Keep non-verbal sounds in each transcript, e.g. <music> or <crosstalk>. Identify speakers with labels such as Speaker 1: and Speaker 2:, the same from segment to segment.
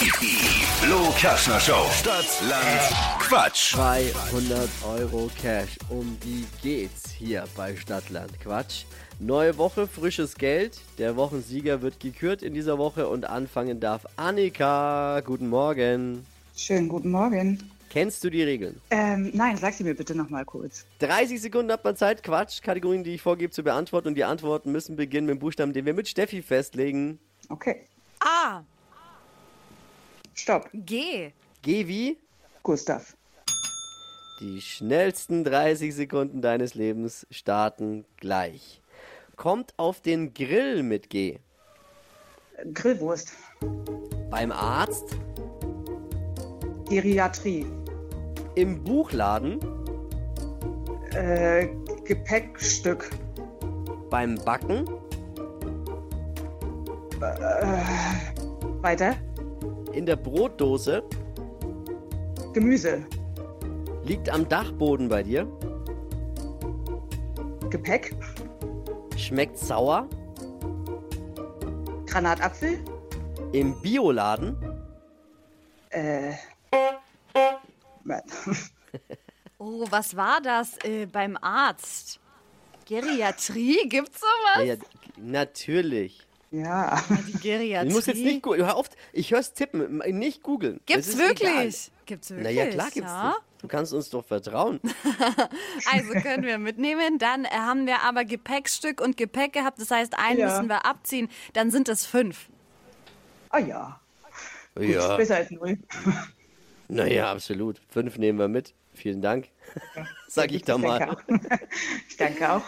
Speaker 1: Die Flo Kaschner Show. Stadt, Land, Quatsch.
Speaker 2: 300 Euro Cash. Um die geht's hier bei Stadtland Quatsch. Neue Woche, frisches Geld. Der Wochensieger wird gekürt in dieser Woche und anfangen darf Annika. Guten Morgen.
Speaker 3: Schönen guten Morgen.
Speaker 2: Kennst du die Regeln?
Speaker 3: Ähm, nein, sag sie mir bitte nochmal kurz.
Speaker 2: 30 Sekunden hat man Zeit, Quatsch, Kategorien, die ich vorgebe, zu beantworten. Und die Antworten müssen beginnen mit dem Buchstaben, den wir mit Steffi festlegen.
Speaker 3: Okay.
Speaker 4: A.
Speaker 3: Stopp.
Speaker 4: Ah, G.
Speaker 2: Geh wie?
Speaker 3: Gustav.
Speaker 2: Die schnellsten 30 Sekunden deines Lebens starten gleich. Kommt auf den Grill mit G.
Speaker 3: Äh, Grillwurst.
Speaker 2: Beim Arzt,
Speaker 3: Geriatrie.
Speaker 2: im Buchladen,
Speaker 3: Äh, Gepäckstück.
Speaker 2: beim Backen,
Speaker 3: Weiter.
Speaker 2: in der Brotdose,
Speaker 3: Gemüse.
Speaker 2: liegt am Dachboden bei dir,
Speaker 3: Gepäck.
Speaker 2: schmeckt sauer,
Speaker 3: Granatapfel.
Speaker 2: im Bioladen,
Speaker 3: Äh. <laughs>
Speaker 4: Oh, was war das äh, beim Arzt? Geriatrie? Gibt's sowas?
Speaker 2: ja, natürlich.
Speaker 3: Ja.
Speaker 4: Die Geriatrie.
Speaker 2: Ich muss jetzt nicht googeln. Hör auf, ich hör's tippen, nicht googeln.
Speaker 4: Gibt's
Speaker 2: Es ist
Speaker 4: wirklich?
Speaker 2: egal.
Speaker 4: Gibt's wirklich?
Speaker 2: Naja, klar gibt's
Speaker 4: ja?
Speaker 2: das. Du kannst uns doch vertrauen.
Speaker 4: Also können wir mitnehmen. Dann äh, haben wir aber Gepäckstück und Gepäck gehabt. Das heißt, einen
Speaker 3: Ja.
Speaker 4: müssen wir abziehen. Dann sind es fünf.
Speaker 3: Ah ja. Gut,
Speaker 2: ja,
Speaker 3: Besser als null.
Speaker 2: naja, absolut. Fünf nehmen wir mit. Vielen Dank. <laughs> Sag ich da mal.
Speaker 3: Danke auch. <laughs> Ich danke auch.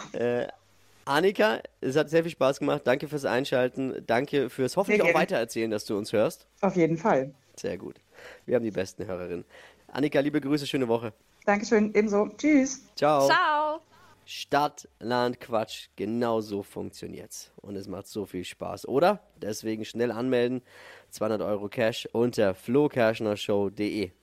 Speaker 2: Annika, es hat sehr viel Spaß gemacht. Danke fürs Einschalten. Danke fürs hoffentlich
Speaker 3: Sehr
Speaker 2: auch
Speaker 3: gerne.
Speaker 2: weitererzählen, dass du uns hörst.
Speaker 3: Auf jeden Fall.
Speaker 2: Sehr gut. Wir haben die besten Hörerinnen. Annika, liebe Grüße, schöne Woche.
Speaker 3: Dankeschön. Ebenso. Tschüss.
Speaker 2: Ciao.
Speaker 4: Ciao.
Speaker 2: Stadt, Land, Quatsch. Genau so funktioniert's. Und es macht so viel Spaß, oder? Deswegen schnell anmelden. 200 Euro Cash unter flokerschnershow.de.